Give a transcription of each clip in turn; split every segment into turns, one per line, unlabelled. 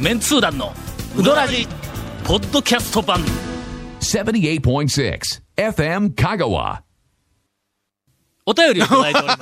メンツー団のウドラジポッドキャスト版
78.6 FM Kagawa.
お便りをいただいており ま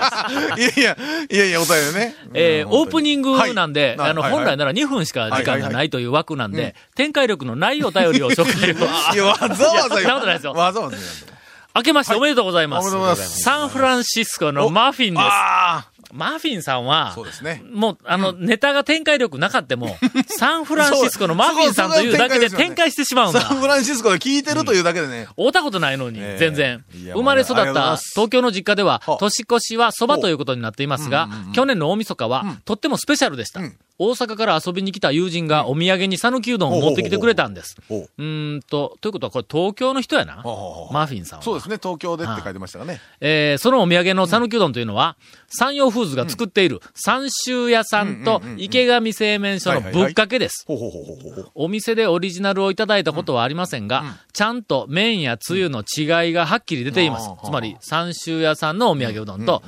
す
いやいや、いやいや、お便りね。
えーオープニングなんで、
はい
あの、
はいは
本
い
来なら2分しか時間がないという枠なんで、展開力のないお便りを紹介を。
いや、わざわ
いやそ
ざ
んなことないですよ
わざわざ言わんと。
明けましておめでとうございます。
おめでとうございます
サンフランシスコのマフィンです。
あ
マフィンさんは、
そうですね
もう、あの、ネタが展開力なかっても、 サンフランシスコのマフィンさんというだけで展開してしまう
あ、
んだ。
サンフランシスコで聞いてるというだけでね。
会ったことないのに、
ええ
全然。
いや
生まれ育っ
ありがとうござい
た
ます
東京の実家では
はあ、
年越しは蕎麦ということになっていますが、去年の大晦日は、とってもスペシャルでした。大阪から遊びに来た友人がお土産に讃岐うどんを持ってきてくれたんです。
ほうほうほ
うーんと、ということはこれ東京の人やな
ほうほうほ。う
マフィンさんは。
そうですね、東京でって書いてましたがね。
えーそのお土産の讃岐うどんというのは、山陽フーズが作っている三州屋さんと池上製麺所のぶっかけです。
ほうほうほうほうほう。
お店でオリジナルをいただいたことはありませんが、ちゃんと麺やつゆの違いがはっきり出ています。
うん
つまり、三州屋さんのお土産うどんと、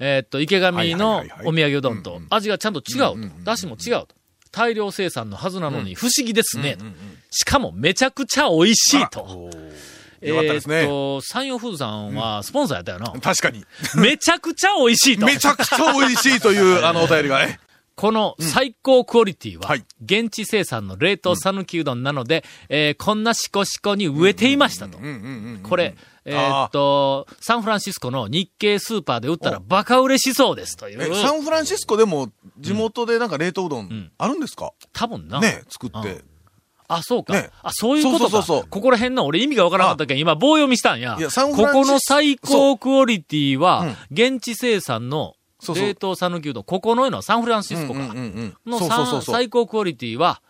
えーっと、池上の
はいはいはいはい
お土産うどんと、味がちゃんと違うと。だしも違うと。大量生産のはずなのに不思議ですね。としかもめちゃくちゃ美味しいと。
よかったですね
えーっと、山陽フーズさんはスポンサーやったよな。
確かに。
めちゃくちゃ美味しいと。
めちゃくちゃ美味しいとい う、あの、お便りがね。
この最高クオリティは
はい、
現地生産の冷凍讃岐うどんなので、えーこんなシコシコに植えていましたと。これ、えーっと、サンフランシスコの日系スーパーで売ったらバカ売れしそうですとい
え、サ
う。
ンフランシスコでも、地元でなんか冷凍うどん、あるんですか
多分な。
ね、作っ
うん
て。
あ、そうか
ね。
あ、そういうこと
そうそう
か
そうそう。
ここら辺の俺意味がわからなかったけん、今棒読みしたんや。
いやサンフ
こ
ランシス
この最高クオリティは、現地生産の
そうそう
冷凍讃岐うどん。ここのようなサンフランシスコ
うんうん
か
う。んうん。
の
そうそうそう
さん
そう。
最高クオリティは、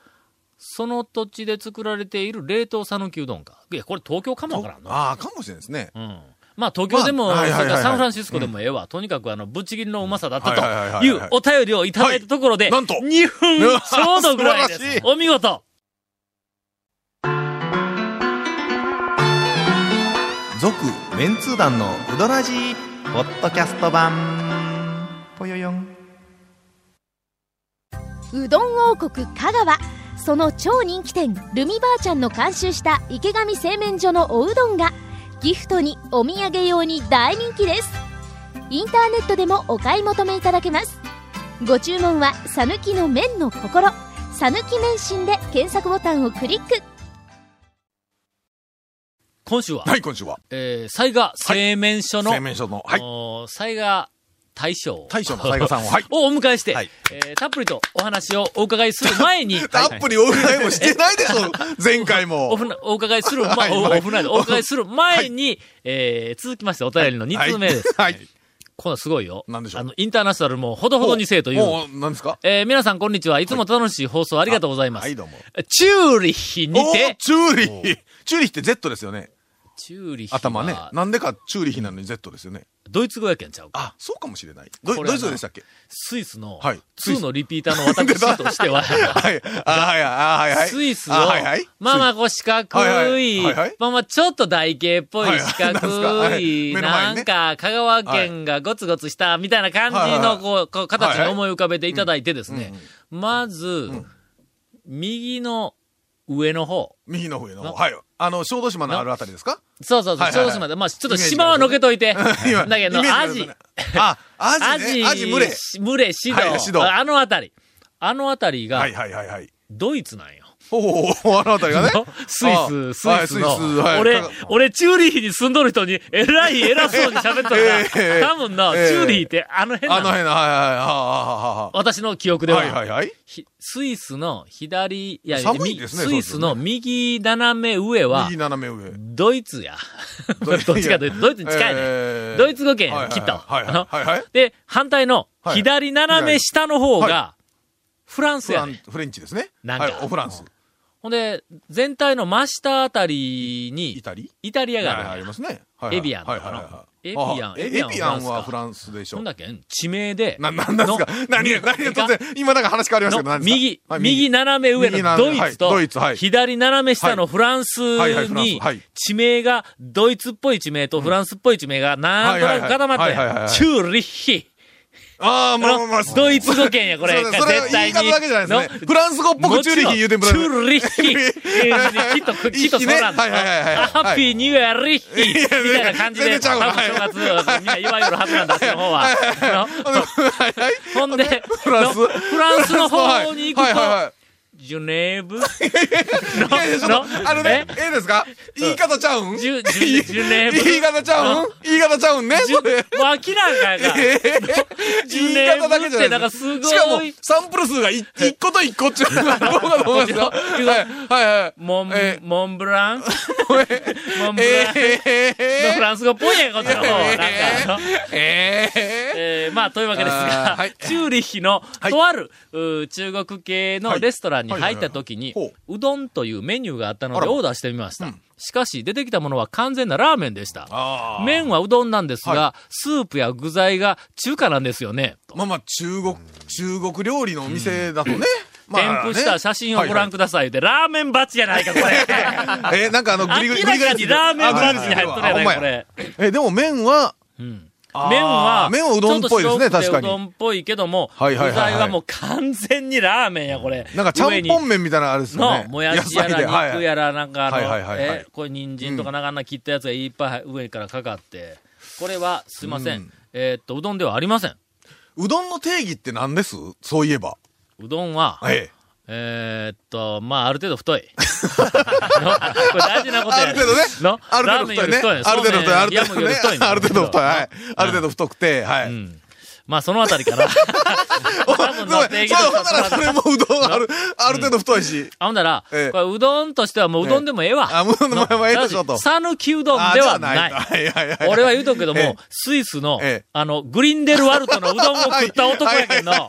その土地で作られている冷凍讃岐うどんか。いや、これ東京かもわからんな。
ああ、かもしれないですね。
うん。まあ東京でも、
まあはい
そ
はいはい
れからサンフランシスコでもええわ。とにかくあの、ぶっちぎりのうまさだった
はいはいはいはいは
と
い
いうお便りをいただいたところで、
はいなんと
2分
うわ
ちょうどぐらいで
素晴
す
らしい。
お見事
続、
メンツー団のウドラジーポッドキャスト版ぽよよん
うどん王国香川その超人気店ルミばあちゃんの監修した池上製麺所のおうどんがギフトにお土産用に大人気ですインターネットでもお買い求めいただけますご注文は「さぬきの麺の心」「さぬき麺心」で検索ボタンをクリック
今週は、
はい、今週は。
えー、サイガ製麺所の、
製麺所の、はい。
おーサイガ大将。
大将の西賀さんを。はい。
をお迎えして、
はい
えーたっぷりとお話をお伺いする前に、
たっぷりお伺いもしてないでしょ、前回
お
も。
ふな、お伺いする、ま、
はい
お
はい
おふなでお伺いする前に、えー、続きましてお便りの2通目です。
はい。はい
このすごいよ。
何でしょう
あの、インターナショナルもほどほどにせえという。
もう、何ですか
えー、皆さんこんにちは。いつも楽しい放送ありがとうございます。
はい、どうも。
チューリッヒに
お
て、
チューリヒチューリヒって Z ですよね。
チューリッヒは
頭ね。なんでかチューリヒなのに Z ですよね。
ドイツ語やけんちゃうか。
あ、そうかもしれない。ど、
こ
ど
れはな
ういう人でしたっけ
スイスの、
はい
2のリピーターの私としては、
はい。あ、はい、あ、はい、はい。
スイスを、
あはい、はい。
まあまあ
スイ
こう四角
はい
い、
はいはいはい
まあまあちょっと台形っぽ
はいい
四
なんすか
角、
はいい目の
な
前
ん
にね
か香川県がゴツゴツしたみたいな感
はい
じ
はいは
の
い
こうこう形
はい
に
はい
思い浮かべていただいてですね、まず、右の上の方、
右の上の方。はい。あの、小豆島のあるあたりですか
そうそうそう、
はいはいはい
小豆島で、まあちょっと島はのけといて、
今
だけど、
イメー
ア
ジ
ジ
が、あ、ア
ア
ジ、
ジ、
ね、アジ群れ。
群れシド、
はいシド
あのあたり、あのあたりが
はい、はい、はい、はい。
ドイツなんよ。
ほうほうほう、あのあたりがね。
スイス、ス
あは
イ
い
スの
スイスは、い
俺
か、
俺、チューリヒに住んどる人に、えらい偉そうに喋っとる
ええ
な。多分な、チ
ええ
ューリヒってあの辺
あ
な
の
の。
辺の、はいはいはあはあは
私の記憶で
あはあ
は。
はいはいはい。
ひスイスの左、いや、
寒いですね
みスイス
そうです
の
よ
右斜め上は
右、斜め上。
ドイツや。 どっちかというと、ドイツに近いね。
えー
ドイツ語圏
はいはい、
きっと。
はいは
あの
いはいはい。
で、反対の
はい
左斜め下の方が、フランス
フ
や
ラ
ね
ン。フレンチですね。
なんか
はい、おフランス。
ほんで、全体の真下あたり
イ
に、
タリ
イタリアがある
はい
んや
ありますね。はいはい
エビアンとか
は
の
いはいはい
エビアン
あ
エビアンは
エビア
フラ
ン
ンスか
はフランスでしょ
なん。だっけ地名で。
な、なんですか何が、何が突然、今なんか話変わりまし
の
たけど、何ですか
右
は、い
右斜め上
右
の
斜
ド
め
イツ
はい
と
ドイツは、い
左斜め下のフランス
はいはいフランス
に
はい、
地名が、ドイツっぽい地名とフランスっぽい地名が、なんとなく固まっ
はいはいはいはいはいはいは
て、
い
チューリッヒ。
ああ、まあまあまあ。
ドイツ語圏や、これ。
そうですそれ
絶対に。
言い方だけじゃないですね。フランス語っぽくチューリヒ言うてもら
チューリヒ。 きっと、きっとそうなんだ。
はいはいはいはい
ハッピーニューイヤーリヒみたいな感じで、
全然ちゃうわ
多分正月、みんな言わゆるはずなんだ、その方は。のほんで、フ
ランス
フランスの方に行く
はいはい
と、
はい。
ジュネーブ
いやいやちょっとあのね、ええですか言い方ちゃうん
ジ
言
ュ、ジュ、ジュネーブ
い方ちゃうん言い方ちゃうんね
ジュ
それ。
もう飽きなんかやから。ジュ
言い
ネ
方だ
ー
け
ブ
じ
って
ゃない
なんか
ですしかも
ごい、、
サンプル数がい一個と一個っちゅうのがどうかと思いますよ。はいはいはい。
モン
え、
モンブランモンブラン。
え
の
え
フランス語っぽいやんか、こっちの方。なんかあの、
ええ
えーまあ、というわけですが、
あーはい
チューリッヒの、
はい
とある、うー中国系のレストランに
はいはい
入っ
はい
た時に、
ほ
うどんというメニューがあったの
あ
で、
ら
オーダーしてみました。
うん
しかし、出てきたものは完全なラーメンでした。
ああ。
麺はうどんなんですが、
は
スープや具材が中華なんですよね。と
まあまあ、中国、中国料理のお店だとね。ま
添
あ
付した写真をご覧ください。で、ラーメンバチやないか、 これ。
はいはいえ、なんかあの、グリグリ、
明ら
グリグ
か
リ
にラーメンバチに入っとるやないか、
あほ
こ
んまや
れ。
え、でも麺は、
うん
あー
麺は、
麺はうどんっぽいですね、
ちょと白く
確か
てうど
に。
んっぽいけども、
はいはいはいはい
具材はもう完全にラーメンや、これ。
なんか、ちゃ
上
ん
に
ぽん麺みたいなのあれですよ
の
ね。、
もやしや
野菜では
ら
い
肉やら、なんかあの、
はいはいはいはい
え、これ人参とかなんかあんな切ったやつがいっぱい上からかかって、これは、すいません。
うん
えーっと、うどんではありません。
うどんの定義って何ですそういえば。
うどんは、
ええ。
えーっと、まあ、ある程度太い。 のこれ大事なことや。
ある程度ね
の
ある程度太いね。ある程度太い、ある程度ね。ある程度太い。
い。
はい。ある程度太くて、は
う
い。
ん。まあ、そのあたりかな。
お
多
そう
分
だ
の
か
定義としてはその
ら
辺
そ
り
れもうどんある、ある程度太いし。
あ、ほんだら、
ええ
これうどんとしてはもううどんでもええわ。
あ、もう名前はいいでしょと。
サヌキうどんではない。
あじゃはいはいはい。
俺は言うとくけども、
ええ
スイスの、
ええ
あの、グリンデルワルトのうどんを食った男やけんの。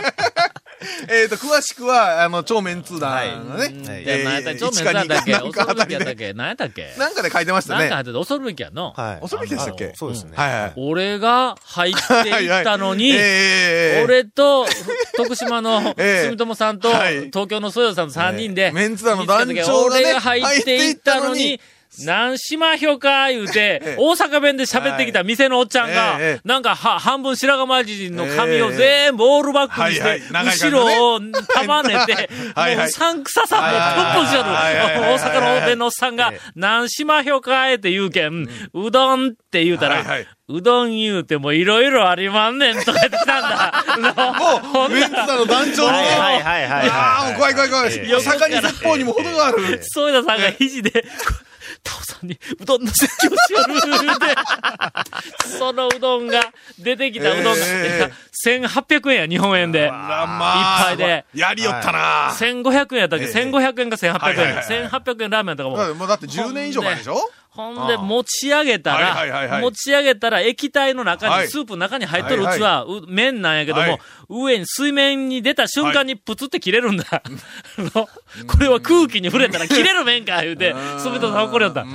えっと、詳しくは、あの、超メンツー団がね。
いや、何やったっけ、
えー
超面談だっけ、
一か二
恐る
かなんかあ
べ
た
きや
り
ったっ
で。
け、何やったっけ。
なんかで書いてました
なんか入
ね。
ってて恐るべきやんの。
はい。
恐るべきでしたっけ
あのそうですね。
はいはい。
俺が入っていったのに、
はいはいええ
俺と、徳島の
ええ
住友さんと、
はい
東京のソヨさんの3人で、
ええメンツ団の団長が
見つけ
ね
た時俺が入っていったの
入
に、何しまひょか言うて、
ええ
大阪弁で喋ってきた店のおっちゃんが、
ええええ
なんかは半分白髪人の髪を全部オールバックにして、
ええはいはい長
後
い髪のね
ろを束ねて、
はいはい
もううさんくささもプンプンしよる、
はいはいはいはい
大阪の弁のおっさん が、何しまひょかえって言うけん、うどんって言うたら、
はいはいう
どん言うてもいろいろありまんねんとか言ってきたんだ。
もう、メンツ団の団長の。
はいはいはいはい。
ああ、もう怖い怖い怖い。
え
え
坂に説法にも程がある。
そうださんが肘で、タオさんにうどんの説教しよるで、そのうどんが、出てきたうどんが、
え
1800円や、日本円で。
あま
いっぱいで
やりよったな。
1500円やったっけ、
ええ
?1500 円か1800円
はいはい
や。
はい
1800円ラーメンとかも。
だもうだって10年以上前でしょ
ほんで、持ち上げた
はいはいはい
ら、
はい
持ち上げたら、液体の中
は
に、
い
スープの中に入っとる
は
器
いは、
う麺なんやけど
は
も
い、
上に、水面に出た瞬間にプツって切れるんだ。 あのこれは空気に触れたら切れる麺か、言うて、すべてさん怒りよった。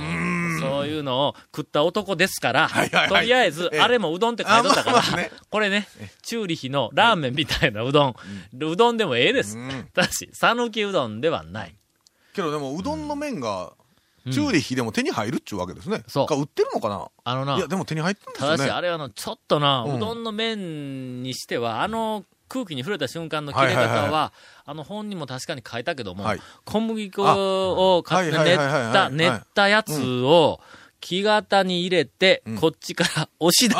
そういうのを食った男ですから、
はいはい
と
はい
りあえず、
ええ
あれもうどんって書いとったか
あまあまあ
ら
ね、
これね、チューリヒのラーメンみたいなうどん、うどんでもええです
うん。
ただし、讃岐うどんではない。
けどでも、うどんの麺が、チューリッヒでも手に入るっちゅうわけですね。
そう
か売ってるのかな
あのな、
いや、でも手に入ってるんです
た
よ
だ
ね。
し、あれはあの、ちょっとな、
うん
うどんの麺にしては、あの、空気に触れた瞬間の切れ方
はいはいはい
は、あの本にも確かに書いたけども
はい、
小麦粉をかつて
あはい
練っ
はいはいはい
た、
はい
練ったやつを、木型に入れて
う、ん
こっちから押し出したってい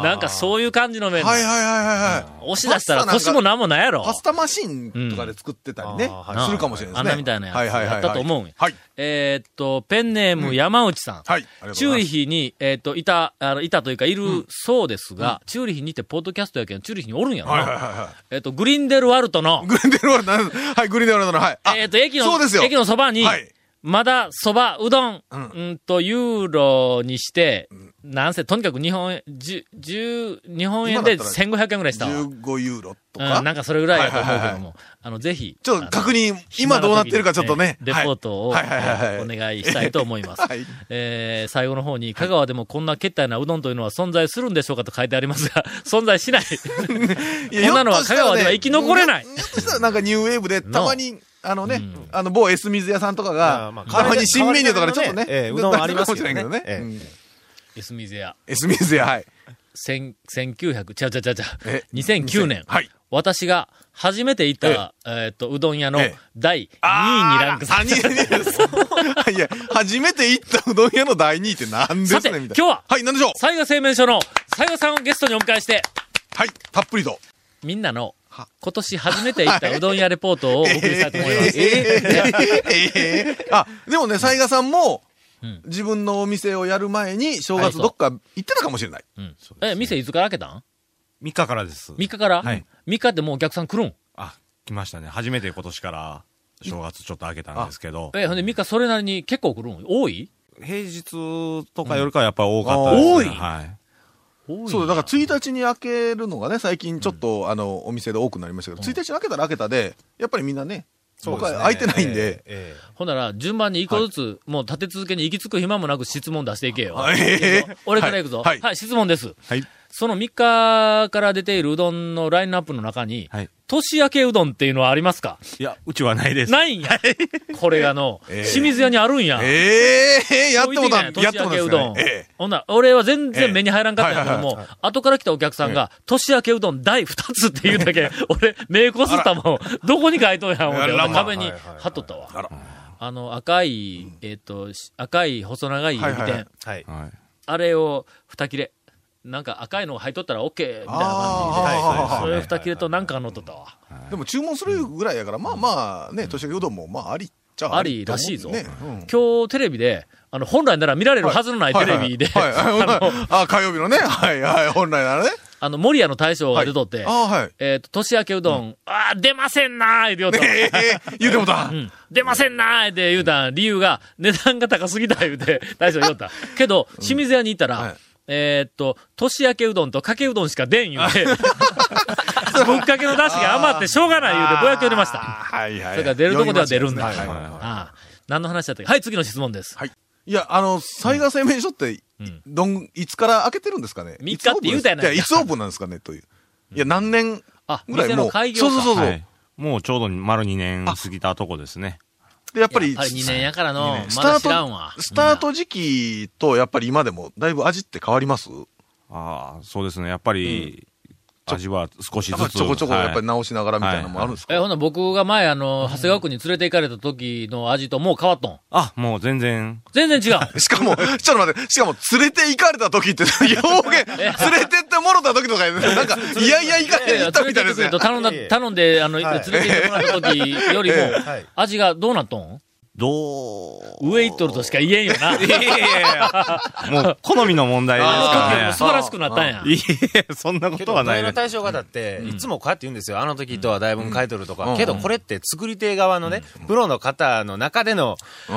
う、
ー
なんかそういう感じの麺だ
はいはいはいはいはい。
押し出したら
パス
腰
タなんか
もなんもないやろ
パ。スタマシンとかで作ってたりね、
うんあー
はい
するかもしれないですね。
あんなみたいなやつ
はいはいはいはい
やったと思うんや
はい。
えーっと、ペンネーム山内さん。
はい。ありがとうございます。
チューリヒに、えーっ、と、いた、あの、いたというか、いるそうですが、チューリヒにって、ポッドキャストやけん、チューリヒにおるんやろな。
はいはいはいは
えっ、と、グリンデルワルトの
い。、グリーンデルワルトなんですはい、グリーンデルワルトの、はい。あ
えっ、と、駅の
そうです、よ
駅のそばに、
はい
まだそば、うどん、う
うんん、
と、ユーロにして、なんせ、とにかく日本円、十、十、日本円で
今だった
1500円ぐらいしたわ。うん、
15ユーロとか。
なんかそれぐらいやと思うけ
はいは
ど
いはいは
も、あの、ぜひ、
ちょっと確認、今
あの
どうなってるかちょっとね。
レポートを、
はいはいはいはい
えーお願いしたいと思います。
はい
えー最後の方に、香川でもこんな決体なうどんというのは存在するんでしょうかと書いてありますが、 存在 しない。
いや
こんなのは
ひょっとしたら
香川では生き残れない
ひょっとしたらなんかニューウェーブで、たまに、あのね、
うん
あの、某エス水屋さんとかが、
あーまあ
たまに新メニューとかでちょっと
代わりのね
ね、
ええうどんはありますけどね
出してるかもしれないけどね
エスミゼア。
エス水屋、はい。
千1900、ちゃうちゃうちゃうちゃう
え、
2009年、
はい。
私が初めて行った、えっと、うどん屋の
ええ
第2位にランクさ
あ
れた。
2位に。いや、 初めて行ったうどん屋の第2位って何です
さ
ねみ
て、
たいな。
今日は、
はい、何でしょう
西賀製麺所の西賀さんをゲストにお迎えして、
はい、たっぷりと。
みんなの
は、
今年初めて行ったうどん屋レポートをお送りしたいと思い ます。えー
えーあ、でもね、雑賀さんも
うん、
自分のお店をやる前に、正
はい
月
そう
どっか行ってたかもしれない。
うんえ、店いつから開けたん
3日からです。
?3 日から
はい。
3日ってもうお客さん来るん
あ、来ましたね。初めて今年から正月ちょっと明けたんですけど。
え、ほんで3日それなりに結構来るん多い
平日とかよりかはやっぱり多かったです
う
ね。
ん多い
はい。
多い
そうだ、から1日に開けるのがね、最近ちょっと、あの、お店で多くなりましたけど、1日開けたら開けたで、やっぱりみんなね、僕は開いてないんで、
え
ほんなら、順番に一個ずつ、もう立て続けに行き着く暇もなく質問出していけよ。
はい
いくぞ俺から行くぞ、は。
はいい
質問です。
はい
その3日から出ているうどんのラインナップの中に、
はい
年明けうどんっていうのはありますか
えいや、うちはないです。
ないんや。これがの、清水屋にあるんや。
ええやってもた、や
な
っ
い
てもたん
年明けうどん
ですよねええ。
ほんなら、俺は全然目に入らんかったんやけど
ええはい
も、後から来たお客さんが、年明けうどん第2つって言うだけ、 俺、目こすったもん。どこに書いとんや、思って。
あらま
壁に貼っとったわ。
あら
あの、赤い、えっ、と、し赤い細長い指
はいはい
点
はい。
はい。はい。
あれを二切れ。なんか赤いのが入っとったら OK みたいな
あ
感じで。
ー
それ二切れとなんか乗っとったわ。
でも注文するぐらいやから、まあまあね、年明けうどんも、まあありっちゃ
ありらしいぞ
ねうん
今日テレビで、あの、本来なら見られるはずの ないテレビで、
はい はいはいはいはいあ、火曜日のね、はいはい、本来ならね。
あの、森屋の大将が出とって、
あはい。
えっ、と、年明けうどん、あー出ませんなーって言うと、
ええ言うてもた
う。ん、出ませんなーって言うた理由が、値段が高すぎた言うて、 大将言うた。けど、清水屋に行ったら、
はい
えーっと、年明けうどんとかけうどんしか出ん言うて、ぶっかけの出汁が余ってしょうがない言うて、ぼやけ売れました。
はいはい。
それから出るとこでは出るんだ。
読み間違いですねはいはい
ああ何の話だったっけはい、次の質問です。
いや、あの、災害製麺所って
ん、
どん、いつから開けてるんですかね
三日って言うたやないか
いや、いつオープンなんですかねという。いや、何年
あ、
ぐら
店
いも
の
う。
開業か
そうそうそう
は
そう。
いもうちょうど丸2年過ぎたとこですね。
で、やっぱり、
やっぱり2年やから
二
の
年、ス
ま
タ
だ
ー
知
ト
らんわ。
スタート時期と、やっぱり今でも、だいぶ味って変わります
ああ、そうですね。やっぱり、味は少し
や
ず
っぱ
つ。
ちょこちょこ、やっぱり
はい
直しながらみたいなのもあるんですか
え、ほな僕が前、あの、長谷川区に連れて行かれた時の味ともう変わっとん。
あ、もう全然。
全然違う。
しかも、ちょっと待って、しかも、連れて行かれた時って、表現、連れてってもろた時とか、なんか、いやいや行かれて行ったみたい
連れてって
ですね
くれ。と頼んだ、頼んで、あの、
はい
連れて行ってもらった時よりも
はい、
味がどうなっとん
どう
上行っとるとしか言えんよな。
いやいやいやもう、好みの問題です
あの時よりも素
か
晴らしくなったんや
ら。ね。いえ、そんなこ
け
と
ど、
は
問
ない
題
で
の
す。
対象方って、いつもこうやって言うんですよ。あの時とはだいぶ変えとると
う
か。
ん
けど、これって作り手側のね、プロの方の中での、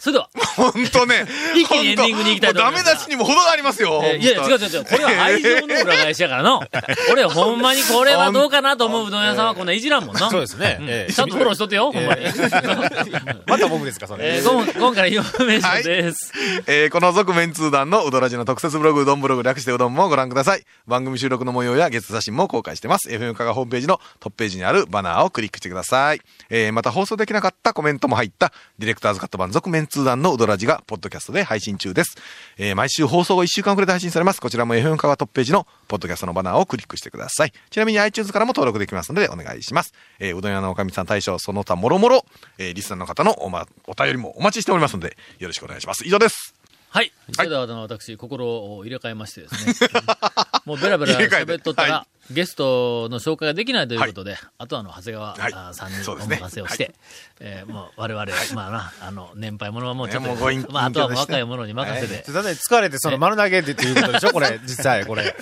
それでは、
ほんとね。
一気にエンディングに行きたいと思います
ほんともうダメ出しにも程がありますよ。
えーいや、
ほん
違う
と
違う違う。これは愛情の裏返しやからの。俺、ほんまにこれはどうかなと思ううどん屋さんはこんないじらんもんな。
そうですね。ええ
ちゃんとフォローしとってよ、ほんまに。
また僕ですか、それ。
えー、ごん今回の有名人です。
えーこの続面通談のうどらじの特設ブログ、うどんブログ略してうどんもご覧ください。番組収録の模様や月写真も公開してます。FM 加賀ホームページのトップページにあるバナーをクリックしてください。えーまた放送できなかったコメントも入った、ディレクターズカット版続面通談のうどらじが、ポッドキャストで配信中です。えー毎週放送が1週間くらいで配信されます。こちらも FM 加賀トップページのポッドキャストのバナーをクリックしてください。ちなみに iTunes からも登録できますのでお願いします。えーうどん屋のおかみさん大将、その他もろもろ、えーリスナーの方のお,、ま、お便りもお待ちしておりますので、よろしくお願いします。以上です。
はい。それでは、あの、私、心を入れ替えましてです ね。もうベラベラ
入れ替えて
喋っとったら、
は
ゲストの紹介ができないということで、あとはあの、長谷川
はい
あーさんに
そう
お
ですね
任せをして、えーもう我々、まあな、あの、年配者はもうちょっ
ね
と、
もうご隠居
まあ、あとはもう
隠居でして
若い者に任せて、
だって疲れて、その丸投げでっていうことでしょこれ、実際、これ。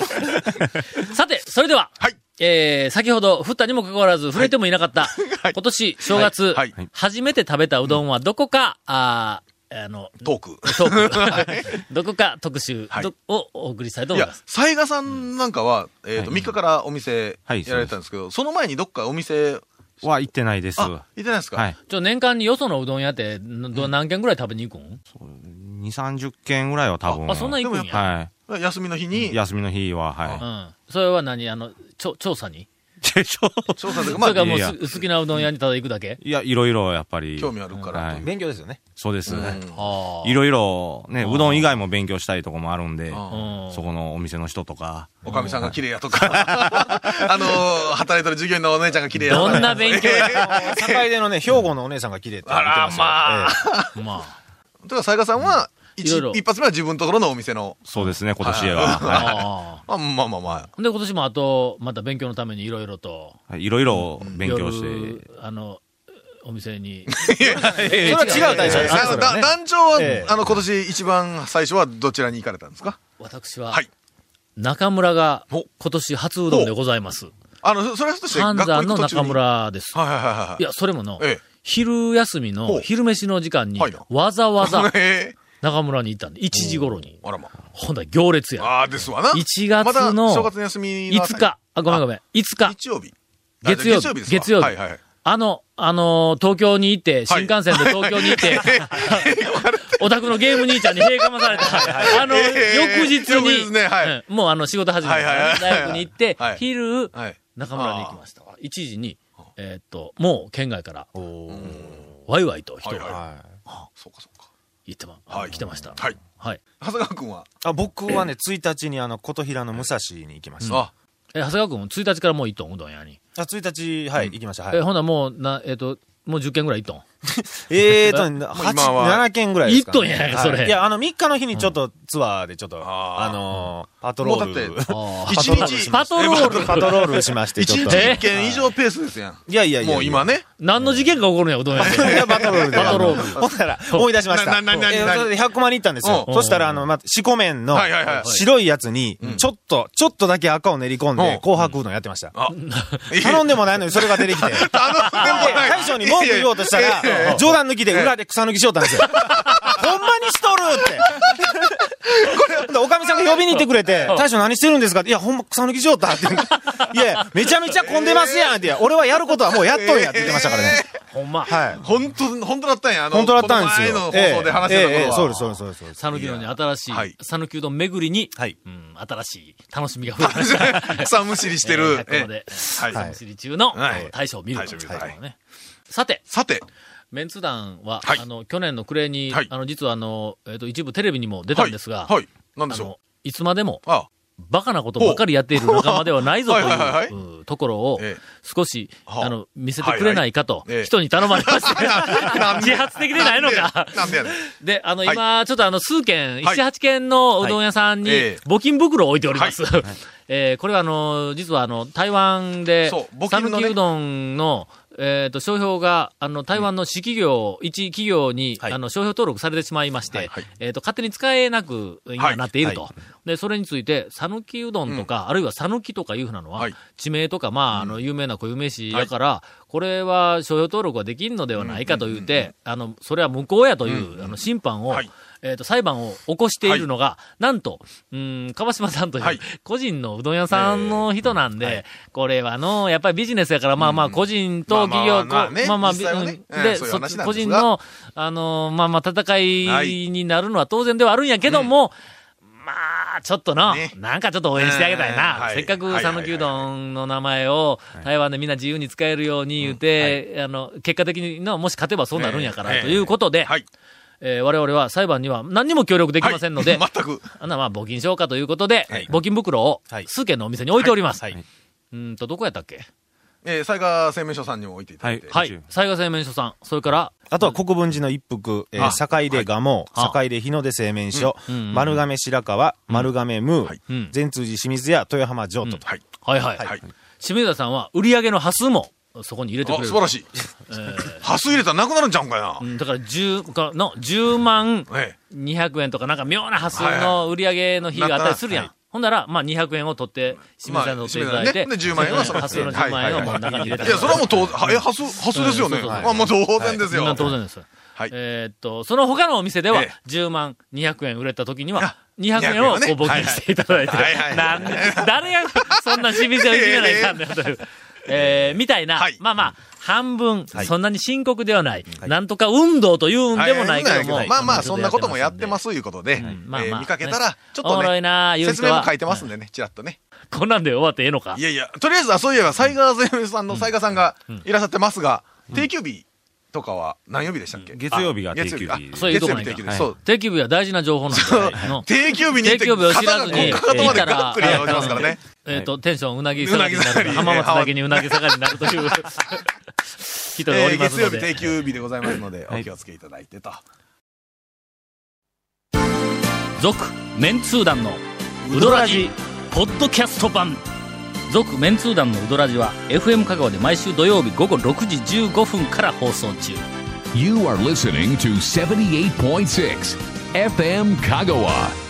さて、それでは、
はい
えー、先ほど、降ったにもかかわらず、触れてもいなかった、
はい
今年正月、
はいはい
初めて食べたうどんはどこか、あーあの、
トーク。
トーク どこか特集
はい
どをお送りしたいと
い
思い
や
ます。、
雑賀さんなんかは、えっ、と、
はい
3日からお店
はい
やられてたんですけど、その前にどっかお店、
は行ってないです。
あ、
は
行ってないですか、
い。
ちょ年間によそのうどん屋って、んど何軒ぐらい食べに行くん、
2、30件ぐらいは多分。
あ、そんな行くんや。
は
休みの日に
い。、休みの日は、はい。
うん。それは何あの、ちょ、調査に、
でしょ
調査というか、
そ
ま
れから
あ、
もう
いやい
す好きなうどん屋にただ行くだけ
いや、いろいろやっぱり。
興味あるからという。
勉強ですよね。
そうです。
ああ。
いろいろ、ね、うどん以外も勉強したいとこもあるんで、
あ
うん
そこのお店の人とか。
おかみさんが綺麗やとか、 あのー働いてる従業員のお姉ちゃんが綺麗やとか。
どんな勉 強や。
境出のね、兵庫のお姉さんが綺麗って言ってましたよ。
あらまあ
ええ
まあ。
というか、雑賀さんは、一
いろいろ
一発目は自分のところのお店の、
そうですね、今年は。は
あ
まあまあまあま
あ。で、今年もあと、また勉強のためにいろいろと。
いいろいろ勉強して。
夜あの、お店 に。
それは違う対象
あ。
ですね
だ
それは
だ
ね。
団長は、
ええ
あの、今年一番最初はどちらに行かれたんですか
私は、
はい
中村が
お
今年初うどんでございます。
あの、そそれはそして、
半
学校
山
行
の
く途中
中
に。
村です。
はいはいはいは
い。
い
や、それもの、
ええ
昼休み
ほ
の
う
昼飯の時間に
はいな、
わざわ ざ
え
中村に行ったんで、1時頃に。
ーあらま。
ほんだら行列や。
ああ、ですわな。
1月の
まだ正月の休みのあたり
5日、あ、ごめんごめん、5日、
日曜日。
月曜日
あじゃあ月曜日ですわ
月曜日
はいはいはい。
あの、あのー東京に行って、新
はい
幹線で東京に行 って、お宅のゲーム兄ちゃんに閉かまされた、あの、
えー
翌日
翌
に
日ねはい
うんもうあの、仕事始めて、
はいはいはい
大学に行って、
はい
昼、
はい。
中村に行きました。1時に、えーっと、もう県外から、ワイワイと人
はい
が
は
はい
そうかそうか。
行ってま、
はい
来てました。
はい。
はい。
長谷川君は、
あ僕はね、1日にあの、琴平の武蔵に行きました。
あ、
え、長谷川君、1日からもう1トン、うどん屋に。
あ、1日、はい、行きました。は
え、
い。
ほんならもう、な、えーっと、もう10軒ぐらい1トン。
えーと、8、
今は
7件ぐらいですか、ね。
行っとんやないかそれ
はいいや、あの、3日の日にちょっとツアーでちょっと、
あー
あのー、パトロール。
もうだって
あ
一日、
パトロール
パトロールしまして、
一
ちょ
日
っと。い
一件以上ペースですやん。
やいやいや。
もう今。ね。
何の事件が起こるんや、うどん屋
それ
で。
が バトロールで。
バトロール
ほんなら、思い出しました。
なななな
えー
な
それで100万に行ったんですよ。
うん
そしたら、あの、ま、四股麺の
はいはいはい
白いやつに、ちょっと、ちょっとだけ赤を練り込ん
うん
で、紅白うどんやってました。
あ、
頼んでもないのにそれが 出てきて。で大将に文句言おうとした
いやいやいや
ら、冗談抜きで裏で草抜きしようったんですよ。 ほんまにしとるって。でおかみさんが呼びに行ってくれて、大将何してるんですかって、いや、ほんま草抜きしよっ たって。いや、めちゃめちゃ混んでますやんって、俺はやることはもうやっとんやって言ってましたからね。
ほんま。
はい。
本当、本当だったんや。あの
本当だったんですよ。
この前の放送で話してたことは。
ええええそうです、そうです、そうですそうです。
讃岐うどんに新しい
はい、
讃岐うどん巡りに、
はい
うん、新しい楽しみが増えました。
草むしりしてる。
えー100まで、
はい
草むしり中の
はい
大将を見るという
大
こ
将
と
を見る
だね。さて、
さて、
メンツ団は、
はい
あの、去年の暮れに、
はい
あの、実はあの、えっ、と、一部テレビにも出たんですが、
はいはい。なんで
あ
しょ
の、いつまでも
う。、あ、
バカなことばかりやっている仲間ではないぞという
はいはいはい
うんところを
ええ、
少し、
はあ
あの、見せてくれないかと
はいはいえ、え
人に頼まれまして、 自発的でないのか。
なんでやねん。
で、あの、
はい
今、ちょっとあの、数軒、
は
一
い
八軒のうどん屋さんに
はいええ、
募金袋を置いております。
は
えーこれはあの、実はあの、台湾で
そう、募金
讃
のね
岐、うどんの、えっ、と、商標が、あの、台湾の市企業、一企業に、
はい
あの、商標登録されてしまいまして、
はいはい
えっ、と、勝手に使えなく、
は
今
い
なっていると。で、それについて、讃岐うどんとか、あるいは讃岐とかいうふうなのは、
はい
地名とか、まあ、あの、有名な固有名詞やから、これは商標登録はできんのではないかと言って、あの、それは無効やという、あの、審判を、
はい
えっ、と、裁判を起こしているのが、なんと、うん、川島さんという、
はい
個人のうどん屋さんの人なんで、これはあの、やっぱりビジネスやから、まあまあ、個人と企業、こう
まあまあまあね
まあまあ、
実際はね
うん
え
で、
えそういう
そ
話なんですが
個人の、あの、まあまあ、戦いになるのは当然ではあるんやけども、まあ、ちょっとな、
ね
なんかちょっと応援してあげたいな。
うんはい
せっか
はい
く
はいはい
讃岐うどんの名前を台湾でみんな自由に使えるように言って、あの、結果的にな、もし勝てばそうなるんやから、
ええ
ということで、
はい。
えー我々は裁判には何にも協力できませんので、
はい全く。
あんなまあ募金消化ということで、
はい
募金袋を
はい
数軒のお店に置いております。
はいう
ーんと、どこやったっけ
えー、災害声明書さんにも置いていただいて。
は
はい
い。災害製麺所さん。それから、
あとは国分寺の一服、え
あ
ー、堺で蒲生、
あ
堺で日の出製麺所、
うんうん
丸亀白川、丸亀ムー、
うん
善通寺清水屋、豊浜城都と。
はい。
はいはい。
はい。
清水田さんは売り上げの端数もそこに入れてくれ
あ、
る。
素晴 らしい。ハス入れたらなくなるんちゃうんかいな
う。んだから10かの10万
え
200円とかなんか妙な端数
はい
の売り上げの日があったりするやん。
なった
ほんなら、まあ、200円を取って、清水さんに取っていただいて、
まあ清水さんねで10万円はその
端数の10万円をもう中に入れ
え
て
いや、それはもう当然、はえ、ハス、ハスですよね。
うんそうそうそう
まあ、もう当然ですよ。
まあ当然です。
はい
えーっと、その他のお店では
え、
10万200円売れた時に
あ
は、200円をこう
200円をね
募金していただいて
はいは、い
なんで誰がそんな清水をいじめないかんだよという。えーみたいな、
はい
まあまあ、半分、そんなに深刻ではない、なんとか運動というんでもないけども。。
まあまあ、そんなこともやってますすいうことで、え
んまあまあ
ー見かけたら、ちょっ
おも
と
ろい
ね、
なあ言う
説
人
明
は
も書。いてますんでね、ちらっとね。
こんなんで終わってええのか
いやいや、とりあえず、あそういえば、サイガーゼミさんのサイガーさんがいらっしゃってますが、定休日とかは何曜日でしたっけ
月曜日が
あ
定休日
あ
そういうとこ
月曜
なん
日
や
定休日。そう。
定休日は大事な情報なんだよ。
定休日に行
定
って、
休日を知ら
肩が
ず
こ
に
う、かかとまでガックリ
えー
落ちますからね。
えっ、と、テンション、うなぎ下がりにな
うなぎ下が
る。
り
浜松だけにうなぎ下がりになるという、人がお
え
り
ー
ます
月曜
の
日
で
定。休日でございますので、お気をつけいただいてと。
続、メンツー団の、ウドラジ、ポッドキャスト版。続、メンツー団のウドラジは、FM 香川で毎週土曜日午後6時15分から放送中。
You are listening to 78.6 FM Kagawa.